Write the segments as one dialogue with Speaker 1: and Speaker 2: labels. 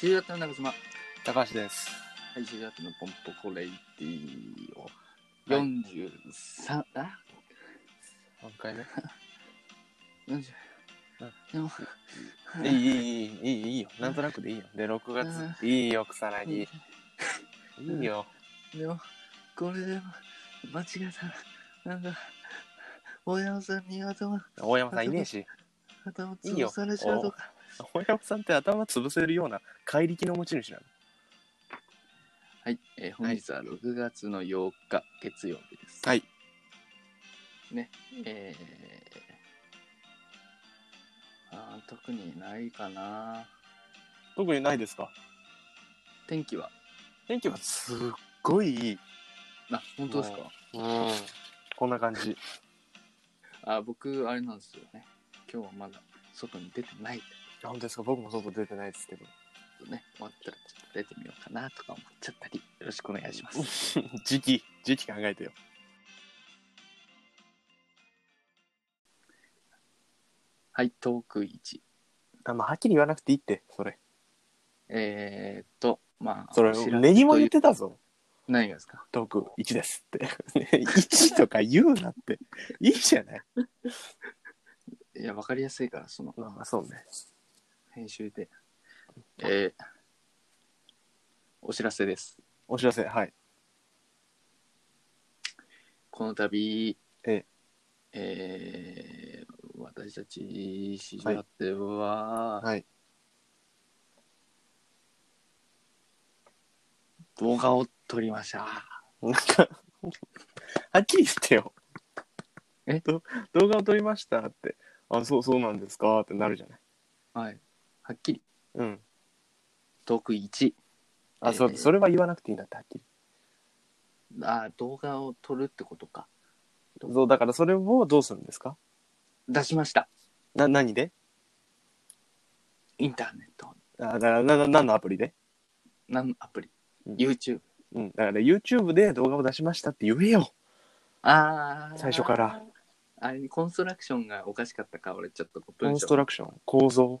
Speaker 1: 重要との長妻
Speaker 2: 高橋です。
Speaker 1: はい重要とのポンポコレイディオ
Speaker 2: はい
Speaker 1: 43、あ
Speaker 2: 何回目
Speaker 1: 40でも
Speaker 2: いい、いい、いい、いい、いいよ。なんとなくでいいよ。で、6月。いいよ、草薙。いいよ。
Speaker 1: でもこれでも間違えたらなんか大山さんに頭
Speaker 2: 大山さんいねえし。
Speaker 1: 頭
Speaker 2: いいよ
Speaker 1: 潰されちゃうとか
Speaker 2: 大山さんって頭潰せるような怪力の持ち主なの。
Speaker 1: はい、えー本日は6月の8日月曜日です、
Speaker 2: はい。
Speaker 1: えー、あー特にないかな
Speaker 2: 特にないですか
Speaker 1: 天気は
Speaker 2: 天気はすっごいいい。
Speaker 1: あ本当ですか
Speaker 2: うん。こんな感じ。
Speaker 1: あ僕あれなんですよね今日はまだ外に出てないって
Speaker 2: 本当ですか僕も外出てないですけど。
Speaker 1: ことね終わったらちょっと出てみようかなとか思っちゃったりよろしくお願いします
Speaker 2: 時期、時期考えてよ。
Speaker 1: はいトーク1
Speaker 2: あ、まあ、はっきり言わなくていいって、それ。
Speaker 1: えー、っとまあ
Speaker 2: それ
Speaker 1: お知、らせ
Speaker 2: ネギも
Speaker 1: とい
Speaker 2: 言
Speaker 1: う
Speaker 2: ってたぞ。
Speaker 1: 何がですか
Speaker 2: トーク1ですって。1とか言うなって。いいじゃない。
Speaker 1: いやわかりやすいからその
Speaker 2: まあ、そうね。
Speaker 1: 編集でえー、お知らせです
Speaker 2: お知らせ、はい。
Speaker 1: この度、
Speaker 2: ええ
Speaker 1: えー私たち市場では、
Speaker 2: はい。
Speaker 1: 動画を撮りました。
Speaker 2: なんか、はっきり言ってよ。
Speaker 1: え
Speaker 2: と動画を撮りましたって。あ、そう、そうなんですかってなるじゃない。
Speaker 1: はい。はっきり、
Speaker 2: うん。
Speaker 1: トーク1。
Speaker 2: あ、そう、
Speaker 1: ええ
Speaker 2: それは言わなくていいんだって、はっきり。
Speaker 1: あー動画を撮るってことか。
Speaker 2: そう、だからそれをどうするんですか
Speaker 1: 出しました。
Speaker 2: な、何で
Speaker 1: インターネット。
Speaker 2: あ、だから、な、な何のアプリで
Speaker 1: 何のアプリ、
Speaker 2: うん
Speaker 1: ?YouTube。
Speaker 2: うん。だから YouTube で動画を出しましたって言えよ。
Speaker 1: ああ。
Speaker 2: 最初から。
Speaker 1: あれ、コンストラクションがおかしかったか、俺ちょっとこう
Speaker 2: コ
Speaker 1: 文
Speaker 2: ンスト
Speaker 1: 章。
Speaker 2: ラクション、構造。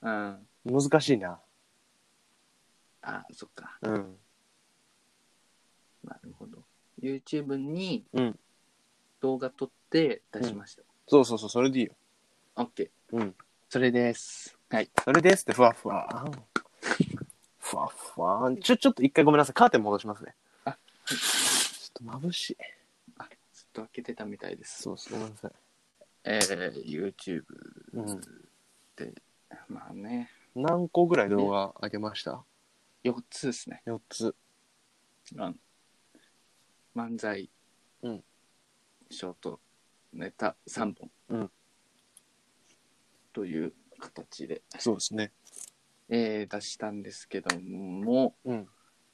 Speaker 1: うん。あ
Speaker 2: 難しいな。
Speaker 1: あー、そっか。
Speaker 2: うん。
Speaker 1: なるほど。YouTube に
Speaker 2: うん
Speaker 1: 動画撮って出しました。
Speaker 2: そうそうそう、それでいいよ。
Speaker 1: オッケー。
Speaker 2: うん。
Speaker 1: それです。はい。
Speaker 2: それですって、ふわふわ。ふわふわ。ちょ、ちょっと一回ごめんなさい。カーテン戻しますね。
Speaker 1: あ
Speaker 2: ちょっと眩しい。
Speaker 1: あ、ずっと開けてたみたいです。
Speaker 2: そうそう、ごめんなさい。
Speaker 1: えー、YouTube
Speaker 2: うん。
Speaker 1: で、まあね、
Speaker 2: 何個ぐらい動画上げました
Speaker 1: 4つですね。
Speaker 2: ?4 つ。
Speaker 1: あの漫才、
Speaker 2: うん
Speaker 1: ショートネタ3本、
Speaker 2: うん
Speaker 1: という形で、
Speaker 2: そうですね。
Speaker 1: えー出したんですけども、
Speaker 2: うん。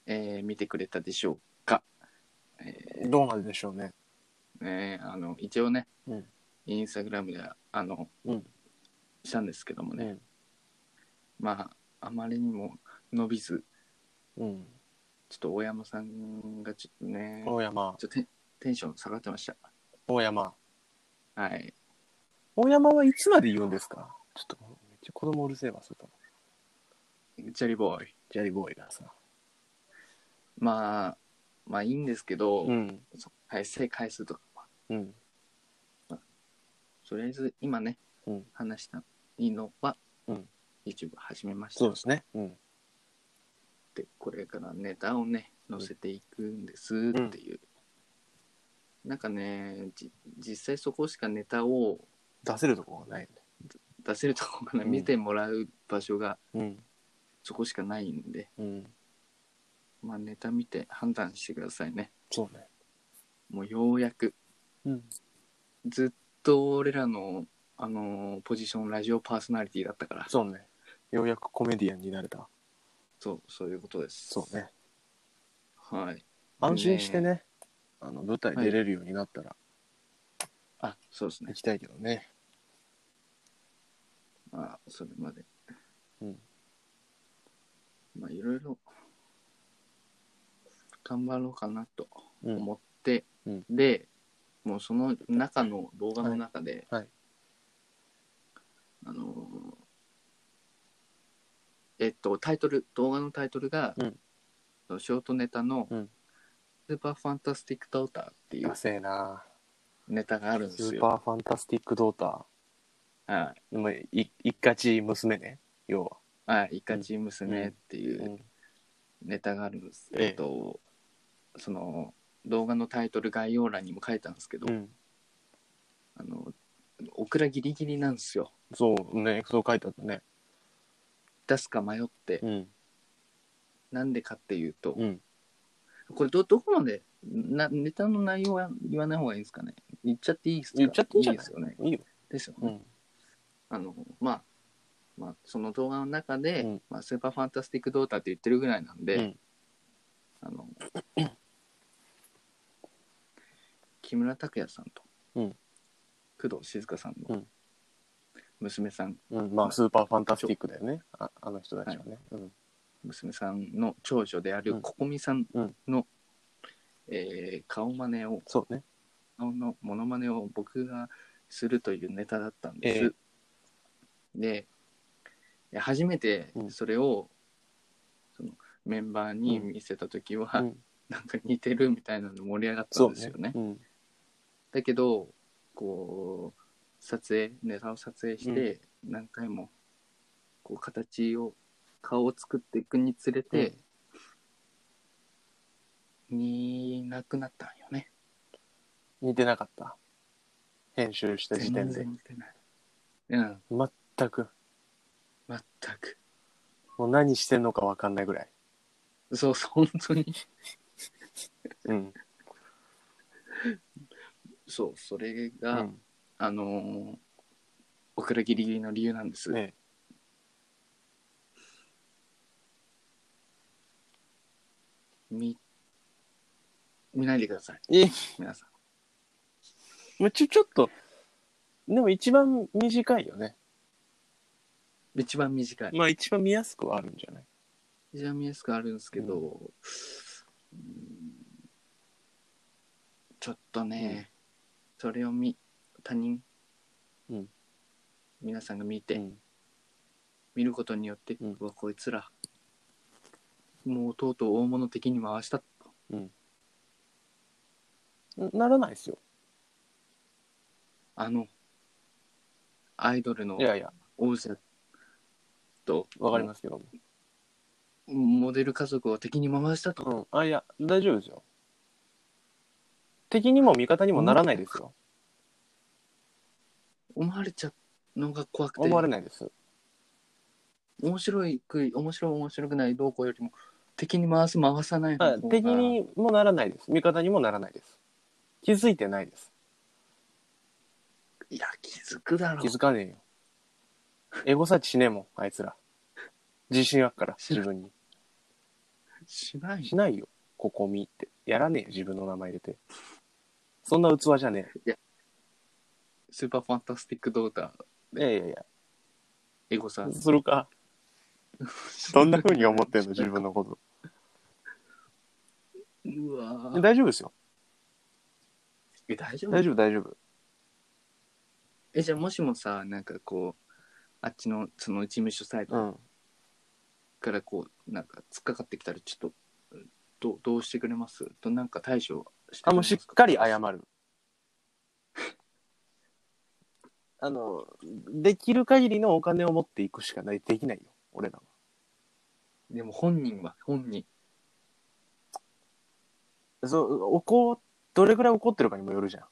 Speaker 1: えー見てくれたでしょうか、え
Speaker 2: どうなんでしょうね。
Speaker 1: ーねあの一応ね、
Speaker 2: うん
Speaker 1: インスタグラムであの、
Speaker 2: うん
Speaker 1: したんですけどもね、
Speaker 2: ね。
Speaker 1: まああまりにも伸びず
Speaker 2: うん。
Speaker 1: ちょっと大山さんがちょっとね
Speaker 2: 大山。
Speaker 1: ちょっとテンテンション下がってました
Speaker 2: 大山。
Speaker 1: はい
Speaker 2: 大山はいつまで言うんですかちょっと、めっちゃ子供うるせえわ、それとも。
Speaker 1: チャリボーイ
Speaker 2: ジャリボーイがさ。
Speaker 1: まあまあいいんですけど、
Speaker 2: うん。
Speaker 1: そ再生回数とかは
Speaker 2: うん。
Speaker 1: とりあえず今ね、
Speaker 2: うん
Speaker 1: 話したいのは、
Speaker 2: うん
Speaker 1: YouTube 始めました
Speaker 2: そう
Speaker 1: っ
Speaker 2: ですね。うん。
Speaker 1: てこれからネタをね載せていくんですっていう、なんかねじ実際そこしかネタを
Speaker 2: 出せるとこがないよ
Speaker 1: 出せるとこから
Speaker 2: うん
Speaker 1: 見てもらう場所が
Speaker 2: ね。
Speaker 1: そこしかないんで、
Speaker 2: うん。うん。
Speaker 1: まあネタ見て判断してくださいね
Speaker 2: そうね。
Speaker 1: もうようやく
Speaker 2: うん。
Speaker 1: ずっと俺らのあのーポジションラジオパーソナリティだったから
Speaker 2: そうね。ようやくコメディアンになれた。
Speaker 1: そうそういうことです
Speaker 2: そうね。
Speaker 1: はい
Speaker 2: 安心してね、あの舞台出れるようになったら
Speaker 1: あそうですね
Speaker 2: 行きたいけどね。
Speaker 1: まあ、それまで。
Speaker 2: うん
Speaker 1: まあ、いろいろ、頑張ろうかなと
Speaker 2: うん
Speaker 1: 思って、
Speaker 2: うん
Speaker 1: で、もうその中の動画の中で、
Speaker 2: はいはい
Speaker 1: あのーえっと、タイトル、動画のタイトルが、
Speaker 2: うん
Speaker 1: そのショートネタの、
Speaker 2: うん
Speaker 1: スーパーファンタスティックドーターっていう
Speaker 2: ダセえな
Speaker 1: ネタがあるんで
Speaker 2: ス
Speaker 1: す
Speaker 2: ー
Speaker 1: よ。
Speaker 2: パーファンタスティックドータ
Speaker 1: は
Speaker 2: ーでもい一家ち娘ね要は、
Speaker 1: い。はい。イカチ娘っていううんネタがあるんです。
Speaker 2: ええ
Speaker 1: えっと、その、動画のタイトル概要欄にも書いたんですけど、
Speaker 2: うん、
Speaker 1: あの、オクラギリギリなんですよ。
Speaker 2: そうねそう書いてあったね
Speaker 1: 出すか迷って、
Speaker 2: うん
Speaker 1: なんでかっていうと、
Speaker 2: うん
Speaker 1: これど、どこまで、なネタの内容は言わない方がいいんですかね言っちゃっていいですか
Speaker 2: 言っちゃっていいんじゃない
Speaker 1: ですよね。
Speaker 2: いいよ、
Speaker 1: ですよね。
Speaker 2: うん、
Speaker 1: あの、まあ、まあ、その動画の中で、
Speaker 2: うん
Speaker 1: まあ、スーパーファンタスティックドーターって言ってるぐらいなんで、
Speaker 2: うん
Speaker 1: あの、木村拓哉さんと、
Speaker 2: うん
Speaker 1: 工藤静香さん
Speaker 2: う
Speaker 1: の
Speaker 2: ん
Speaker 1: 娘さん、
Speaker 2: うん、まあスーパーファンタスティックだよねああの人たちはね、うん
Speaker 1: 娘さんの長女であ
Speaker 2: う
Speaker 1: る
Speaker 2: ん
Speaker 1: ここみさんの、えー顔真似を、
Speaker 2: そうね
Speaker 1: 顔のモノマネを僕がするというネタだったんです。でいや初めて
Speaker 2: うん
Speaker 1: それを、そのメンバーに見せた時は、
Speaker 2: うん、
Speaker 1: なんか似てるみたいなので盛り上がった
Speaker 2: そ
Speaker 1: ん
Speaker 2: う
Speaker 1: です
Speaker 2: ね
Speaker 1: よね。
Speaker 2: うん
Speaker 1: だけどこう撮影ネタを撮影して何回もこう形を顔を作っていくにつれて、似なくなったんよね。
Speaker 2: 似てなかった編集した時
Speaker 1: 全
Speaker 2: 点で
Speaker 1: 然似てない。うん
Speaker 2: 全く
Speaker 1: 全く。
Speaker 2: もう何してんのか分かんないぐらい
Speaker 1: そうそう本当に
Speaker 2: うん、
Speaker 1: そうそれ
Speaker 2: う
Speaker 1: が、
Speaker 2: ん、
Speaker 1: あのー、オクラギリギリの理由なんです。
Speaker 2: ね
Speaker 1: 見見ないでください
Speaker 2: え
Speaker 1: 皆さん。
Speaker 2: もうちょちょっとでも一番短いよね
Speaker 1: 一番短い。
Speaker 2: まあ一番見やすくはあるんじゃない
Speaker 1: ジャミエスがあるんですけど、うんちょっとね、それを見他人、
Speaker 2: うん
Speaker 1: 皆さんが見て、
Speaker 2: うん
Speaker 1: 見ることによって、
Speaker 2: うん
Speaker 1: うわこいつらもうとうとう大物的に回したと
Speaker 2: ならないですよ。
Speaker 1: あのアイドルの
Speaker 2: いやいや、
Speaker 1: 王者と
Speaker 2: わかりますけども。
Speaker 1: モデル家族を敵に回したと、
Speaker 2: うん。あ、いや、大丈夫ですよ。敵にも味方にもならないですよ。
Speaker 1: 思われちゃうのが怖くて
Speaker 2: 思われないです。
Speaker 1: 面白いくい面白い面白くないどうこうよりも敵に回す回さないの
Speaker 2: は
Speaker 1: 方
Speaker 2: い
Speaker 1: が。
Speaker 2: 敵にもならないです。味方にもならないです。気づいてないです。
Speaker 1: いや気づくだろ
Speaker 2: 気づかねえよ。エゴサーチしねえもん、あいつら。自信あっから、
Speaker 1: し
Speaker 2: 自分に。
Speaker 1: しない
Speaker 2: しないよ、ここ見って。やらねえよ、自分の名前入れて。そんな器じゃね
Speaker 1: スーパーファンタスティックドーター
Speaker 2: え。いやいやいや、
Speaker 1: エゴさん
Speaker 2: するか。 どんな風に思ってん の、自分のこと。
Speaker 1: うわ
Speaker 2: え
Speaker 1: ー
Speaker 2: 大丈夫ですよ。
Speaker 1: え大丈夫
Speaker 2: 大丈夫、大丈夫。
Speaker 1: えじゃあもしもさなんかこうあっちのその事務所サイ
Speaker 2: う
Speaker 1: ト
Speaker 2: ん。
Speaker 1: からこうなんか突っかかってきたらちょっとどうどうしてくれますとなんか対処してく
Speaker 2: あ、
Speaker 1: れ
Speaker 2: もう
Speaker 1: ます
Speaker 2: し
Speaker 1: か
Speaker 2: っかり謝る。 あの、できる限りのお金を持っていくしかない、できないよ、俺らは。
Speaker 1: でも本人は本人
Speaker 2: そう、おこ、どれぐらい怒ってるかにもよるじゃん。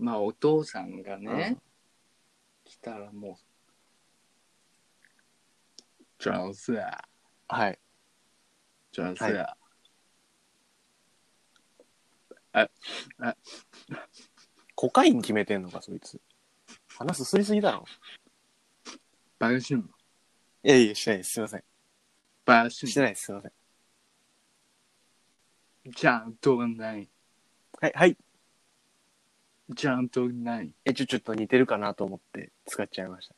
Speaker 1: まあお父さんがね、来たらもうジャンスや
Speaker 2: はい。
Speaker 1: ジャンスや、ああ
Speaker 2: コカイン決めてんのか、そいつ。話すすりすぎだろ。
Speaker 1: バカしん
Speaker 2: いやいや、してないです。すいません。
Speaker 1: バカし
Speaker 2: してないです。すいません。
Speaker 1: ちゃんとない
Speaker 2: はい、はい。
Speaker 1: ちゃんとない
Speaker 2: え、ちょ、ちょっと似てるかなと思って使っちゃいました。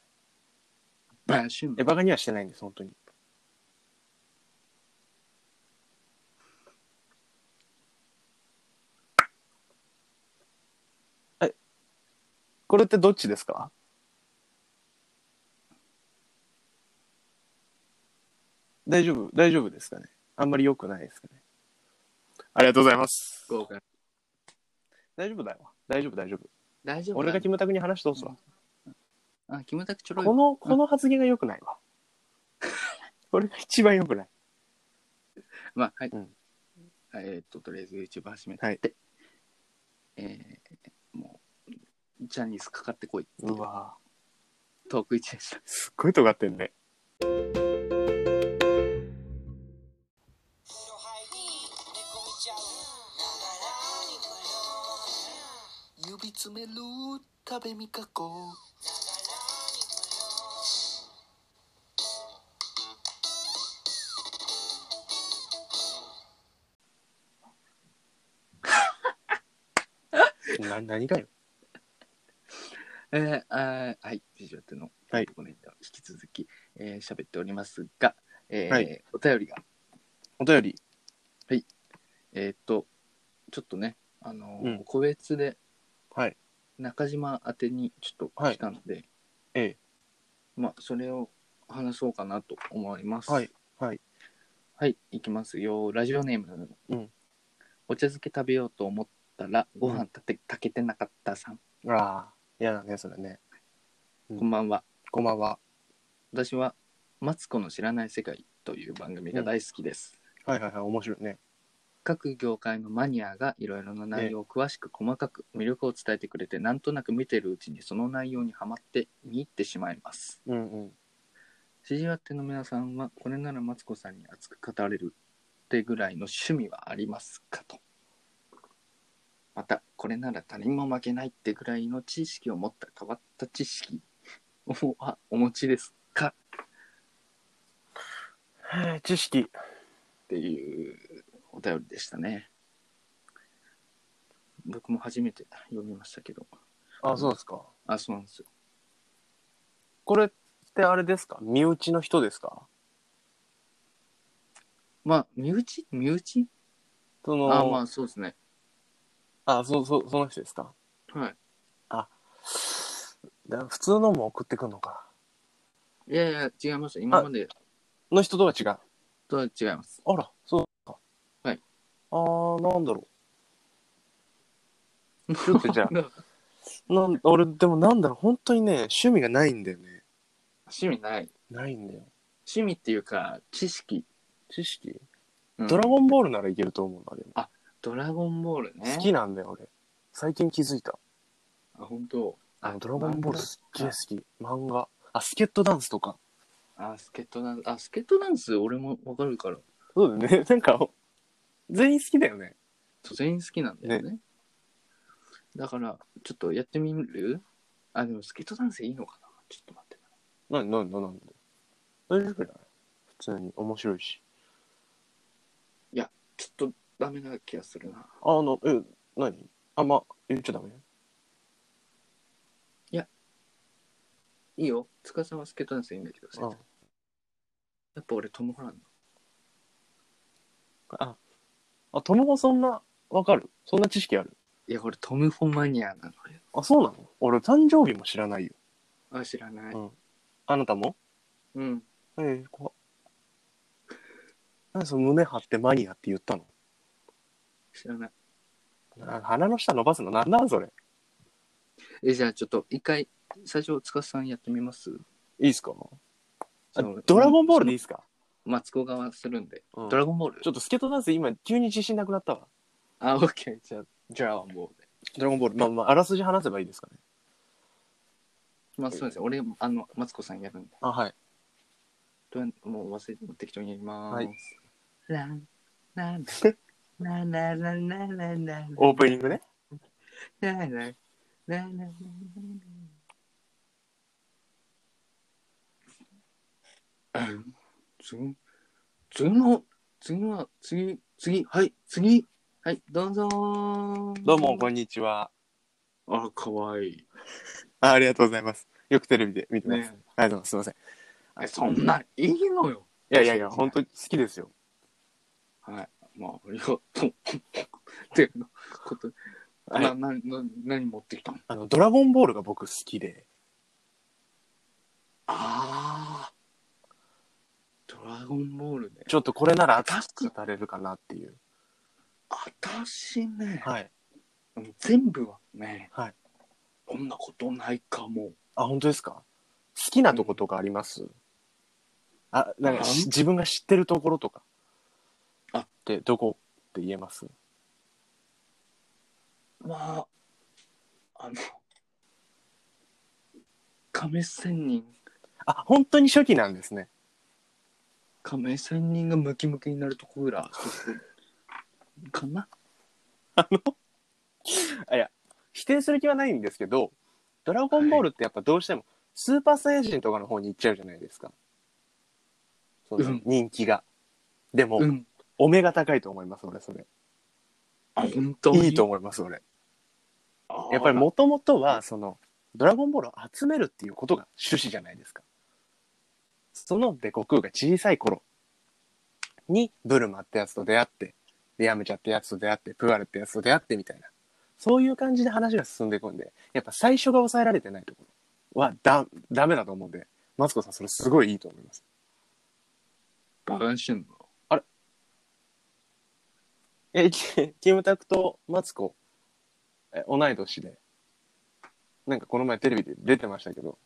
Speaker 1: バカしん
Speaker 2: え、バカにはしてないんです、本当に。え、これってどっちですか大丈夫大丈夫ですかねあんまり良くないですかねありがとうございます
Speaker 1: 豪華
Speaker 2: 大丈夫だよ大丈夫大丈夫
Speaker 1: 大丈夫
Speaker 2: 俺がキムタクに話通すわ、
Speaker 1: あキムタクちょろい
Speaker 2: このこの発言が良くない わこれが一番良くない
Speaker 1: まあ、はい。
Speaker 2: うん
Speaker 1: はいえーっと、とりあえず YouTube 始めて、
Speaker 2: はい
Speaker 1: えーもう、ジャニーズかかってこいっていう
Speaker 2: うわ
Speaker 1: トーク1でした。
Speaker 2: すっごい尖ってんね
Speaker 3: 広範囲に寝込みちゃうながらに無料指詰める食べみかこ
Speaker 2: な何がよ
Speaker 1: えー、あーはい、ビジュアルの
Speaker 2: はい
Speaker 1: コメント、引き続き、えー、喋っておりますが、えー
Speaker 2: はい
Speaker 1: お便りが、
Speaker 2: お便り
Speaker 1: えーっと、ちょっとね、あのー、
Speaker 2: うん
Speaker 1: 個別で
Speaker 2: はい
Speaker 1: 中島宛てにちょっと来たので、
Speaker 2: ええ
Speaker 1: まあ、それを話そうかなと思います。
Speaker 2: はいはい
Speaker 1: はい、いきますよ。ラジオネーム。
Speaker 2: うん
Speaker 1: お茶漬け食べようと思ったら、ご飯たて、炊けてなかったさん。
Speaker 2: ああ嫌だねそれねうん
Speaker 1: こんばんは。
Speaker 2: こんばんは
Speaker 1: 私は、マツコの知らない世界という番組が大好きです。
Speaker 2: はいはいはい面白いね
Speaker 1: 各業界のマニアがいろいろな内容を詳しく細かく魅力を伝えてくれて、なんとなく見てるうちにその内容にはまって見入ってしまいます。
Speaker 2: うんうん
Speaker 1: 知り合っての皆さんはこれならマツコさんに熱く語れるってぐらいの趣味はありますかとまたこれなら他人も負けないってぐらいの知識を持った変わった知識をあお持ちですか
Speaker 2: へえ知識
Speaker 1: っていうお便りでしたね僕も初めて読みましたけど
Speaker 2: あそうですか
Speaker 1: あそうなんですよ
Speaker 2: これってあれですか身内の人ですか
Speaker 1: まあ身内身内
Speaker 2: その
Speaker 1: あまあそうですね
Speaker 2: あそうそうその人ですか
Speaker 1: はい
Speaker 2: だ普通のも送ってくんのか
Speaker 1: いやいや違います今まで
Speaker 2: の人とは違うあ
Speaker 1: とは違います
Speaker 2: らそうか
Speaker 1: はい
Speaker 2: あーなんだろ うちょっとじゃあなん俺でもなんだろう本当にね趣味がないんだよね
Speaker 1: 趣味ない
Speaker 2: ないんだよ
Speaker 1: 趣味っていうか知識、
Speaker 2: 知識
Speaker 1: うん
Speaker 2: ドラゴンボールならいけると思うんだでも、
Speaker 1: ドラゴンボールね
Speaker 2: 好きなんだよ俺最近気づいた
Speaker 1: あ本当
Speaker 2: あのドラゴンボール
Speaker 1: 漫
Speaker 2: すっげえ好き漫画あスケットダンスとか
Speaker 1: 画あスケットダンスあスケットダンス俺もわかるから
Speaker 2: そうだよね なんか全員好きだよね
Speaker 1: そう全員好きなんだよねだからちょっとやってみるあでもスケートダンスいいのかなちょっと待って
Speaker 2: なになになになんで大丈夫じゃない普通に面白いし
Speaker 1: ちょっとダメな気がするな
Speaker 2: あのえ何あんま言っちゃダメ
Speaker 1: いいよ塚さんはスケートダンスいいんだけどさ
Speaker 2: あ
Speaker 1: やっぱ俺トム・ホラン
Speaker 2: ああトムホそんなわかるそんな知識ある
Speaker 1: ドいや俺トム・ホマニアなのよ
Speaker 2: あそうなの俺誕生日も知らないよ
Speaker 1: あ知らない
Speaker 2: うんあなたも
Speaker 1: うん
Speaker 2: ええ怖っなんでその胸張ってマニアって言ったの
Speaker 1: 知らない
Speaker 2: な鼻の下伸ばすのなんなんそれ
Speaker 1: えじゃあちょっと一回最初塚さんやってみます
Speaker 2: いいっすかあ
Speaker 1: そう
Speaker 2: ドラゴンボールでいいっすか、
Speaker 1: マツコ側するんで、
Speaker 2: うん
Speaker 1: ドラゴンボール
Speaker 2: ちょっとスケートダンス今急に自信なくなったわ
Speaker 1: あ、オッケー。じゃあ、
Speaker 2: じゃあ
Speaker 1: もう、
Speaker 2: ドラゴンボールまあまああらすじ話せばいいですかね
Speaker 1: まあ、すみません。俺、あの、マツコさんやるんで。
Speaker 2: あはい
Speaker 1: ともう忘れて適当にやります。
Speaker 2: はい。
Speaker 1: ラン、ラ ン、ラン、ラン、ラン、ラン、ラン、ラン、
Speaker 2: オープニングね
Speaker 1: ラン、ラン、ラン、ラン、ラン。うん次、次の、次は、次、次、はい、次、はい、どうぞー
Speaker 2: どうもこんにちは
Speaker 1: あ、かわいい。
Speaker 2: あありがとうございますよくテレビで見てます、
Speaker 1: ね
Speaker 2: ありがとうございますすいません
Speaker 1: え、そんな、いいのよ。
Speaker 2: いやいやいや本当に好きですよ
Speaker 1: はい。まあ、ありがとう。っていうこと。
Speaker 2: はい
Speaker 1: な、な、な、何持ってきたの
Speaker 2: あのドラゴンボールが僕好きで
Speaker 1: ああ。ドララゴンボールね。
Speaker 2: ちょっとこれなら熱く語れるかなっていう。
Speaker 1: 私ね、
Speaker 2: はい。
Speaker 1: 全部はね、
Speaker 2: はい
Speaker 1: こんなことないかも。
Speaker 2: あ、本当ですか好きなとことかあります、あ、なんかし
Speaker 1: うん
Speaker 2: 自分が知ってるところとか。
Speaker 1: あ
Speaker 2: って、どこって言えます
Speaker 1: まあ、あの、亀仙人、
Speaker 2: あ、本当に初期なんですね。
Speaker 1: 亀仙人がムキムキになるとこぐらい、かな
Speaker 2: あいや、否定する気はないんですけど、ドラゴンボールってやっぱどうしても、スーパーサイヤ人とかの方に行っちゃうじゃないですか。その
Speaker 1: うん
Speaker 2: 人気が。でも、
Speaker 1: うん。
Speaker 2: お目が高いと思います、俺、それ。
Speaker 1: あ、本当に
Speaker 2: いいと思います、俺。
Speaker 1: あー
Speaker 2: やっぱりもともとは、その、ドラゴンボールを集めるっていうことが趣旨じゃないですか。そので悟空が小さい頃に、ブルマってやつと出会って、で、ヤムチャってやつと出会って、プアルってやつと出会ってみたいな。そういう感じで話が進んでいくんで、やっぱ最初が抑えられてないところはだ、ダメだと思うんで、マツコさんそれすごいいいと思います。
Speaker 1: バカにしてんの
Speaker 2: え、キ キムタクとマツコ、え、同い年で、なんかこの前テレビで出てましたけど、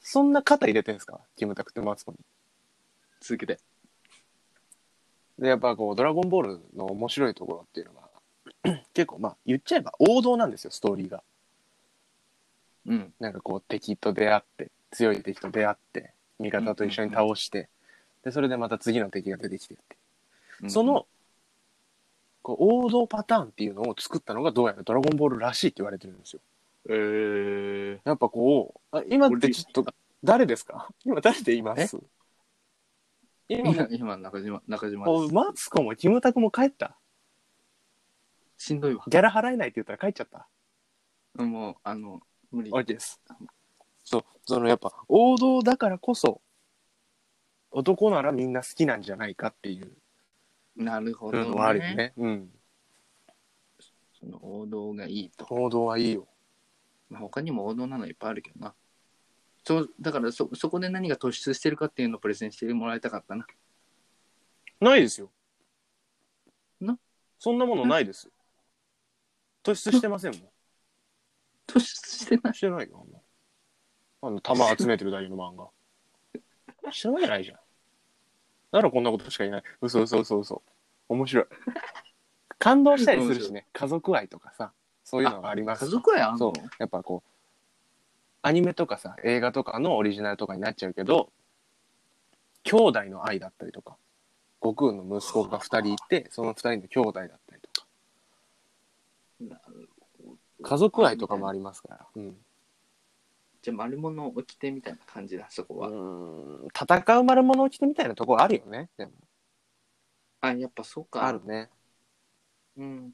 Speaker 2: そんな肩入れてんすかキムタクとマツコに。
Speaker 1: 続けて。
Speaker 2: で、やっぱこう、ドラゴンボールの面白いところっていうのが、 結構まあ、言っちゃえば王道なんですよ、ストーリーが。
Speaker 1: うん。
Speaker 2: なんかこう、敵と出会って、強い敵と出会って、味方と一緒に倒して、で、それでまた次の敵が出てきてって。その、こう王道パターンっていうのを作ったのがどうやらドラゴンボールらしいって言われてるんですよ。
Speaker 1: うん、えー、
Speaker 2: やっぱこう、あ今ってちょっと、誰ですか 今誰でいます今も
Speaker 1: 今、今、中島、中島
Speaker 2: こ
Speaker 1: で
Speaker 2: う、
Speaker 1: す。
Speaker 2: マツコもキムタクも帰った。
Speaker 1: しんどいわ。
Speaker 2: ギャラ払えないって言ったら帰っちゃった。
Speaker 1: もう、あの、無理。
Speaker 2: OK です。そう、そのやっぱ王道だからこそ、男ならみんな好きなんじゃないかっていう
Speaker 1: なるほど、
Speaker 2: のはあるよね。うん。
Speaker 1: その王道がいいと。
Speaker 2: 王道はいいよ。
Speaker 1: まあ、他にも王道なのいっぱいあるけどな。そう、だからそ、そこで何が突出してるかっていうのをプレゼンしてもらいたかったな。
Speaker 2: ないですよ。
Speaker 1: な
Speaker 2: そんなものないです。突出してませんもん。
Speaker 1: 突出してない。
Speaker 2: してないよ、あんな。あの、玉集めてるだけの漫画。してるわけないじゃん。だからこんなことしかいない。嘘嘘嘘嘘。面白い。感動したりするしね。家族愛とかさ、そういうのがあります。
Speaker 1: 家族愛あんの
Speaker 2: そう。やっぱこう、アニメとかさ、映画とかのオリジナルとかになっちゃうけど、兄弟の愛だったりとか、悟空の息子が2人いて、その2人の兄弟だったりとか、
Speaker 1: なるほど
Speaker 2: 家族愛とかもありますから。うん。
Speaker 1: じゃあ、丸物を着てみたいな感じだ、そこは。
Speaker 2: うーん戦う丸物を着てみたいなところあるよね。でも
Speaker 1: あ、やっぱそうか。
Speaker 2: ある。ね。
Speaker 1: うん。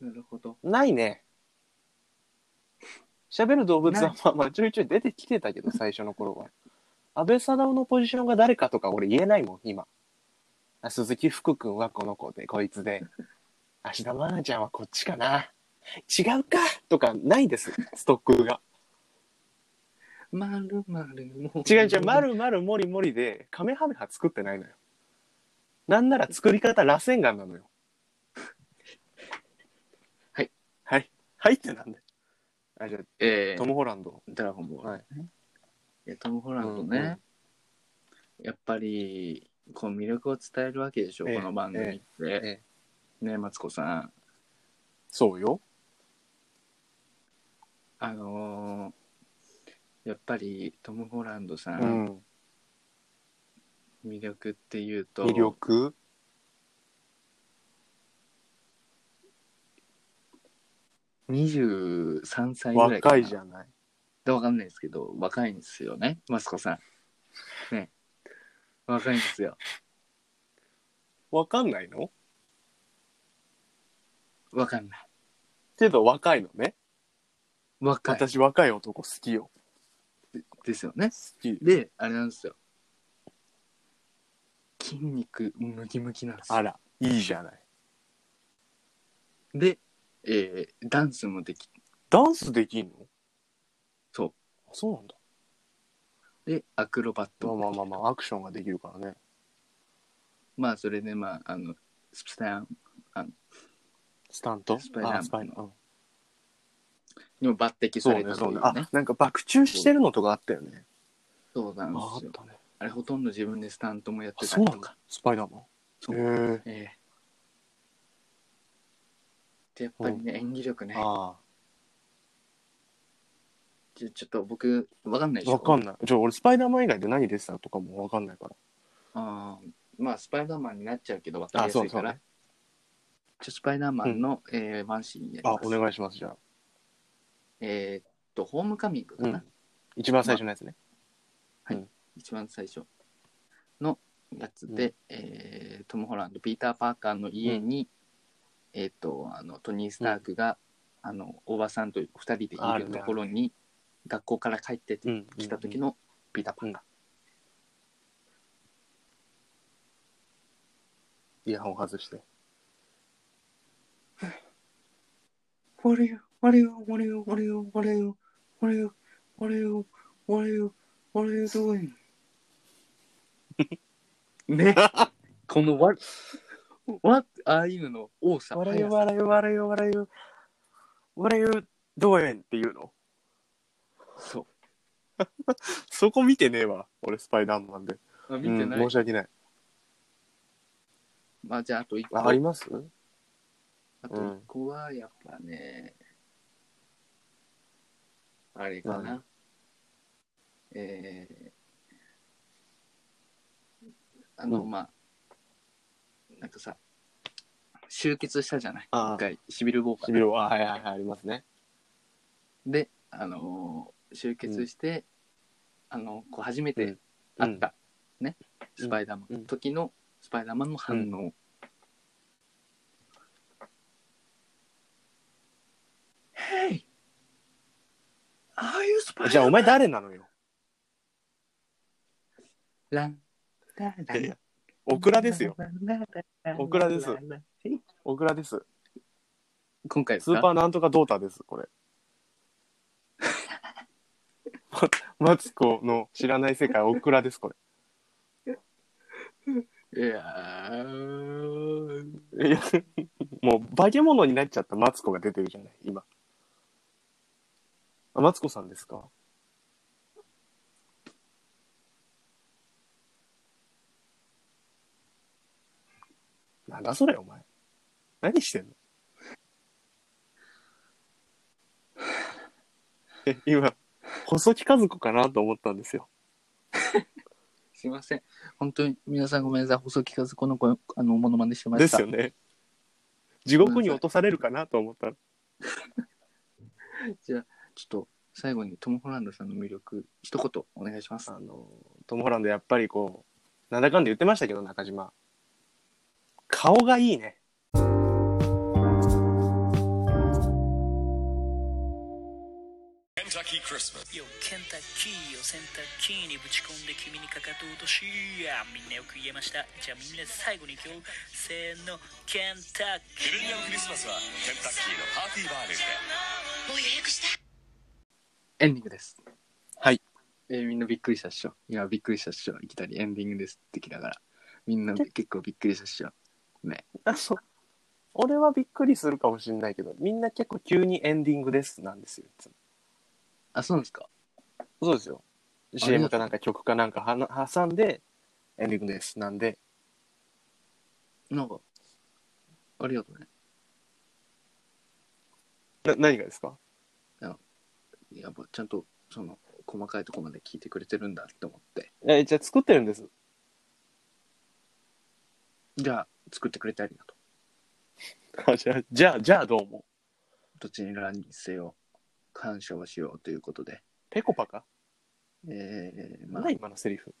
Speaker 1: なるほど。
Speaker 2: ないね。喋る動物はまあまあちょいちょい出てきてたけど、最初の頃は。安倍貞夫のポジションが誰かとか俺言えないもん、今。あ鈴木福君はこの子で、こいつで。芦田愛菜ちゃんはこっちかな。違うかとかないです、ストックが。
Speaker 1: 丸丸も。
Speaker 2: 違う違う、ま。るまるもりもりで、カメハメハ作ってないのよ。なんなら作り方、螺旋丸なのよ。
Speaker 1: はい。
Speaker 2: はい。はいってなんで。あ、じゃあ、
Speaker 1: え
Speaker 2: ト
Speaker 1: ー、
Speaker 2: ム・ホランド。
Speaker 1: ドラゴンボール、
Speaker 2: はい
Speaker 1: いやトム・ホランドね、
Speaker 2: うんうん
Speaker 1: やっぱりこう魅力を伝えるわけでしょ、
Speaker 2: ええ
Speaker 1: この番組って、
Speaker 2: え
Speaker 1: ねマツコさん
Speaker 2: そうよ。
Speaker 1: あのーやっぱりトム・ホランドさ、
Speaker 2: うんん。
Speaker 1: 魅力っていうと
Speaker 2: 魅力
Speaker 1: 23歳ぐらいかな
Speaker 2: 若いじゃない。
Speaker 1: でわかんないですけど若いんですよねマツコさんね若いんですよ
Speaker 2: わかんないの
Speaker 1: わかんない
Speaker 2: けど若いのね。
Speaker 1: 若い
Speaker 2: 私若い男好きよ。
Speaker 1: ですよね
Speaker 2: 好き。
Speaker 1: であれなんですよ筋肉ムキムキなんですよ
Speaker 2: あら、いいじゃない。
Speaker 1: で、えーダンスもでき
Speaker 2: ダンスできんの
Speaker 1: そう。
Speaker 2: あそうなんだ。
Speaker 1: でアクロバッ
Speaker 2: ま
Speaker 1: ト
Speaker 2: あまあまあまあ、アクションができるからね。
Speaker 1: まあそれでまああのスタン
Speaker 2: スタント
Speaker 1: スパイダーマン
Speaker 2: あスパイダーマン。
Speaker 1: にも抜擢
Speaker 2: そ
Speaker 1: さ
Speaker 2: う
Speaker 1: れ
Speaker 2: ね、
Speaker 1: た
Speaker 2: そ
Speaker 1: と
Speaker 2: う
Speaker 1: い
Speaker 2: ね
Speaker 1: う。
Speaker 2: あ
Speaker 1: ね、
Speaker 2: なんか爆中してるのとかあったよね。
Speaker 1: そうなん
Speaker 2: あ
Speaker 1: で
Speaker 2: あ
Speaker 1: す
Speaker 2: っ
Speaker 1: よ
Speaker 2: たね。
Speaker 1: あれほとんど自分でスタントもやっ
Speaker 2: あ、
Speaker 1: てた
Speaker 2: そう
Speaker 1: り
Speaker 2: な
Speaker 1: と
Speaker 2: ん
Speaker 1: か
Speaker 2: だ。スパイダーマ
Speaker 1: そう
Speaker 2: ン。へえ。
Speaker 1: ええでやっぱりね、演技力ね
Speaker 2: あ
Speaker 1: ちょちょっと僕わかんないで
Speaker 2: あ。
Speaker 1: しょ
Speaker 2: わかんない。じゃあ俺、スパイダーマン以外で何出てたとかもわかんないから。
Speaker 1: あーまあスパイダーマンになっちゃうけどわかりやす
Speaker 2: あそ
Speaker 1: いう
Speaker 2: そ
Speaker 1: か
Speaker 2: う
Speaker 1: ら
Speaker 2: ね
Speaker 1: ちょスパイダーマンの、えーワンシーンやり
Speaker 2: あ
Speaker 1: ま、す
Speaker 2: お願いします、じゃあ。
Speaker 1: えーっとホームカミングかな、
Speaker 2: うん一番最初のやつね。
Speaker 1: 一番最初のやつで、えートム・ホランドピーター・パーカーの家に、えーっとあのトニー・スタークが、あのおばさんと2人でい
Speaker 2: あ
Speaker 1: る
Speaker 2: るね
Speaker 1: ところに学校から帰ってて
Speaker 2: うん。
Speaker 1: 来た時
Speaker 2: の。
Speaker 1: のピーター・パーカー、
Speaker 2: イヤホン外して。
Speaker 1: What are you? What are you? What are you? What are you? What are you? What are you? What are you? What are you? What are you doing? ね。この What, what are you の多さ。
Speaker 2: 笑い
Speaker 1: 速さ
Speaker 2: 笑い笑い笑い笑いどうやんっていうの
Speaker 1: そ
Speaker 2: そこ見てねえわ俺スパイダーマンで
Speaker 1: う。あ見てない。
Speaker 2: うん申し訳ない
Speaker 1: まあじゃああと一個。
Speaker 2: ああります
Speaker 1: あと一個はやっぱね、あれかな。えー、あの、
Speaker 2: うん
Speaker 1: まあ、なんかさ、集結したじゃない
Speaker 2: あ
Speaker 1: 一回、シビルウォーカ
Speaker 2: し
Speaker 1: ー
Speaker 2: び
Speaker 1: で。
Speaker 2: れははいはいはいありますね
Speaker 1: で、あのー集結して、あの、こう初めて会った、ね、スパイダーマン、
Speaker 2: うん
Speaker 1: 時のスパイダーマンの反応。Hey! Are you
Speaker 2: う
Speaker 1: Spider-Man?
Speaker 2: ん じゃあお前誰なのよ
Speaker 1: ランランラン
Speaker 2: オクラですよ。
Speaker 1: オ
Speaker 2: オクラです。 オクラです
Speaker 1: 今回
Speaker 2: スーパーなんとかドーターですこ れまマツコの知らない世界オクラですこ
Speaker 1: ー。いやー
Speaker 2: れいやもう化け物になっちゃったマツコが出てるじゃない今あマツコさんですかなんだそれお前何してんのえ今細木和子かなと思ったんですよ
Speaker 1: すいません。本当に皆さんごめんなさい。細木和子の声、あの、モノマネしてました。
Speaker 2: ですよね地獄に落とされるかなと思ったら
Speaker 1: ちょっと最後にトム・ホランドさんの魅力、一言お願いします。
Speaker 2: あのトム・ホランドやっぱりこうなんだかんだ言ってましたけど中島顔がいいね
Speaker 4: よケンタッキーをセンターキーにぶち込んで君にかかと落としやみんなよく言えましたじゃあみんなで最後に今日せーのケンタッキー
Speaker 5: ルニアンクリスマスはケンタッキーのパーティーバーレルで
Speaker 1: エンディングです。
Speaker 2: はい。
Speaker 1: えーみんなびっくりしたっしょ。今びっくりしたっしょ。いきなりエンディングですってきながら。みんな結構びっくりしたっしょ。
Speaker 2: あそう 俺はびっくりするかもしれないけどみんな結構急にエンディングですなんですよいつも
Speaker 1: あ、そうなんですか
Speaker 2: そうですよ
Speaker 1: ありが
Speaker 2: CM
Speaker 1: と
Speaker 2: か
Speaker 1: う
Speaker 2: なんか曲かなんかはな挟んでエンディングですなんで
Speaker 1: なんか、ありがとうね。
Speaker 2: な何がですか
Speaker 1: やっぱちゃんと、その、細かいとこまで聞いてくれてるんだって思って。
Speaker 2: えじゃあ作ってるんです
Speaker 1: じゃあ、作ってくれてありがとう。
Speaker 2: あじゃあじゃあじゃあどうも
Speaker 1: どちらにせよ、感謝をしようということで。
Speaker 2: ペコパか、
Speaker 1: えー、ま
Speaker 2: な
Speaker 1: あ
Speaker 2: んだ、今のセリフ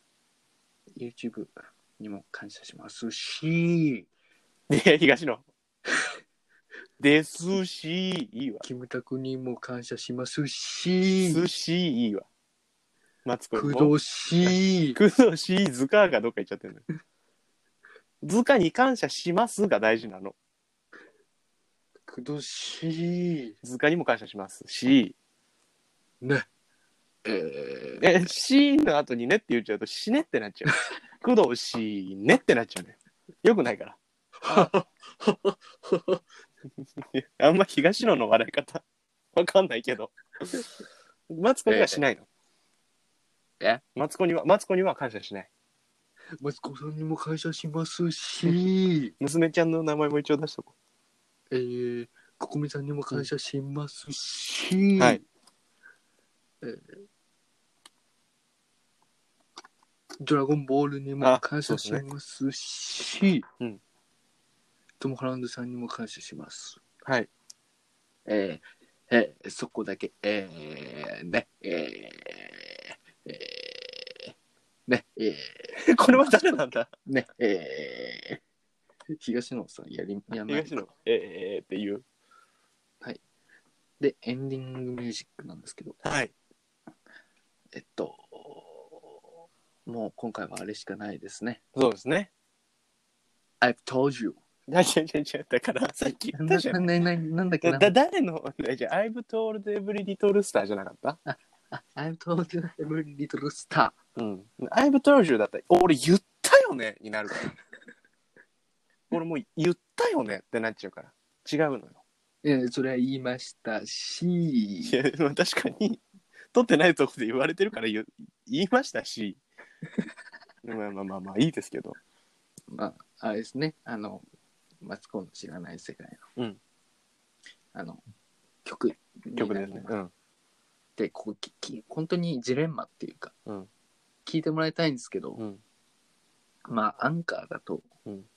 Speaker 1: YouTube にも感謝しますし、
Speaker 2: で東野 ですしいいわ
Speaker 1: キムタクにも感謝しますし、
Speaker 2: 寿司いいわ。マツコ
Speaker 1: く
Speaker 2: も。
Speaker 1: どし、
Speaker 2: くどし い、ずかがどっか行っちゃってるのよ。ずかに感謝しますが大事なの。
Speaker 1: くどし、
Speaker 2: ずかにも感謝しますし、
Speaker 1: ね、えー
Speaker 2: え、死の後にねって言っちゃうと、死ねってなっちゃう。工藤死ねってなっちゃうね。よくないから。あんま東野の笑い方、わかんないけど。マツコにはしないの。
Speaker 1: え
Speaker 2: マツコには、マツコには感謝しない。
Speaker 1: 息子さんにも感謝しますし、
Speaker 2: 娘ちゃんの名前も一応出しとこ
Speaker 1: えー、ここみさんにも感謝しますし、
Speaker 2: う。はい。。
Speaker 1: ドラゴンボールにも
Speaker 2: あ
Speaker 1: 感謝し
Speaker 2: そうです
Speaker 1: ますし、
Speaker 2: うん
Speaker 1: トム・ホランドさんにも感謝します。
Speaker 2: はい。
Speaker 1: えー、えー、そこだけ、えー、ね、えー、えー、ね、えー、
Speaker 2: これは誰なんだ
Speaker 1: ね、えー、東野さんやり、やんない
Speaker 2: 東野。えー、えー、っていう。
Speaker 1: で、エンディングミュージックなんですけど、
Speaker 2: はい。
Speaker 1: えっと、もう今回はあれしかないですね。
Speaker 2: そうですね。
Speaker 1: I've told you.
Speaker 2: いやいやいやいやだから、 さっき言ったじゃん
Speaker 1: な。なななんだっけな
Speaker 2: だだ誰の じゃあ I've told every little star じゃなかった
Speaker 1: あ I've told you every little star.
Speaker 2: うん。I've told you だったら、俺言ったよねになるから。 俺もう言ったよねってなっちゃうから。違うのよ。
Speaker 1: えーそれは言いました
Speaker 2: い
Speaker 1: し、
Speaker 2: や、でも確かに、取ってないとこで言われてるから言う言いました し。まあまあまあまあ、いいですけど。
Speaker 1: まあ、あれですね、あの、マツコの知らない世界の、
Speaker 2: うん
Speaker 1: あの、曲
Speaker 2: 曲ですね。うん。
Speaker 1: で、こうきき、本当にジレンマっていうか、
Speaker 2: うん
Speaker 1: 聞いてもらいたいんですけど、
Speaker 2: うん。
Speaker 1: まあ、アンカーだと、
Speaker 2: うん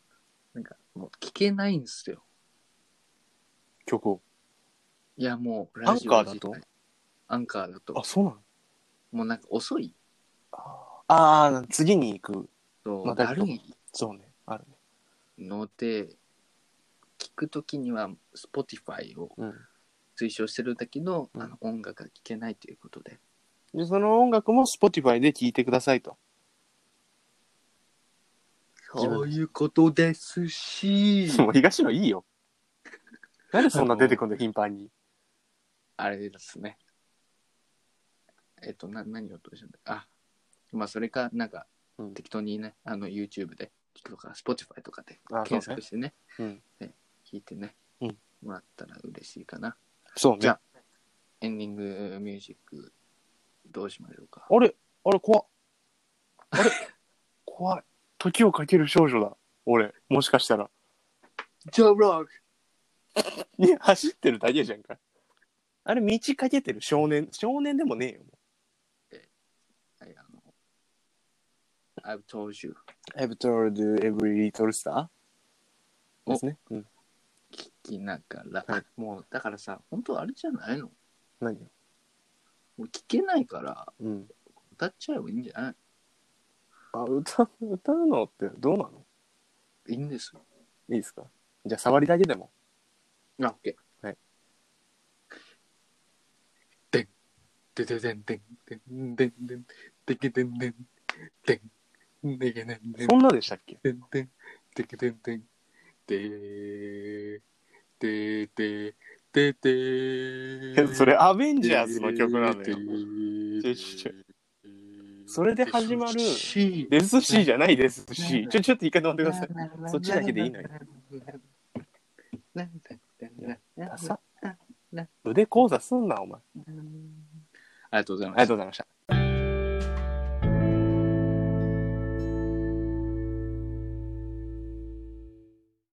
Speaker 1: なんか、もう聞けないんですよ。
Speaker 2: 曲を。
Speaker 1: いや、もう、
Speaker 2: アンカーだ
Speaker 1: 自
Speaker 2: と
Speaker 1: 体アンカーだと
Speaker 2: あ、、そうなの
Speaker 1: もうなんか遅い
Speaker 2: ああ、次に行く。
Speaker 1: と、
Speaker 2: まあ
Speaker 1: だ
Speaker 2: だけど
Speaker 1: るい
Speaker 2: そうね。あるね。
Speaker 1: ので、聞くときには Spotify を
Speaker 2: うん。
Speaker 1: 推奨してるんだけど、
Speaker 2: うん
Speaker 1: あの音楽が聴けないということで
Speaker 2: で、その音楽も Spotify で聴いてくださいと。自分
Speaker 1: そういうことですし
Speaker 2: もう東野いいよ。なんでそんな出てくんの頻繁に。
Speaker 1: あれですねえっとな何をどうしたんだあまあそれかなんか
Speaker 2: うん
Speaker 1: 適当にねあの YouTube で聞くとか Spotify とかで
Speaker 2: あそうね
Speaker 1: 検索してね
Speaker 2: うん
Speaker 1: ね聞いてね、
Speaker 2: うん
Speaker 1: もらったら嬉しいかな
Speaker 2: そうね。
Speaker 1: じゃあエンディングミュージックどうしましょうか
Speaker 2: あれあれ怖っあれ 怖い。時をかける少女だ。俺、もしかしたら。
Speaker 1: ジョー・ブロック
Speaker 2: いや、走ってるだけじゃんか。あれ、道かけてる少年。少年でもねえよ。
Speaker 1: はいあの I've told you
Speaker 2: I've told every little star?
Speaker 1: お
Speaker 2: ですね。うん。
Speaker 1: 聞きながら、
Speaker 2: はい
Speaker 1: もうだからさ本当あれじゃないのも
Speaker 2: 何よ
Speaker 1: う聞けないから
Speaker 2: うん。
Speaker 1: 歌っちゃえばいいんじゃな
Speaker 2: あ、歌、歌うのってどうなの
Speaker 1: いいいんですよ
Speaker 2: いいですかじゃあ、触りだけでも。
Speaker 1: あオッケー
Speaker 2: はい
Speaker 1: でんでででんでんでんでんでんでけでんでんでんでけでんでん
Speaker 2: そんなでしたっけ
Speaker 1: でんでんでけでんでんででででで
Speaker 2: それ、アベンジャーズの曲なのよ。ょちょそれで始まる
Speaker 1: し
Speaker 2: ですしじゃないですし。ちょ、ちょっと一回止まってください。そっちだけでい いのよ。ダサ腕講座すんな、お前。
Speaker 1: ありがとうござい
Speaker 2: あ
Speaker 1: ま
Speaker 2: りが
Speaker 1: す
Speaker 2: とう。ございました。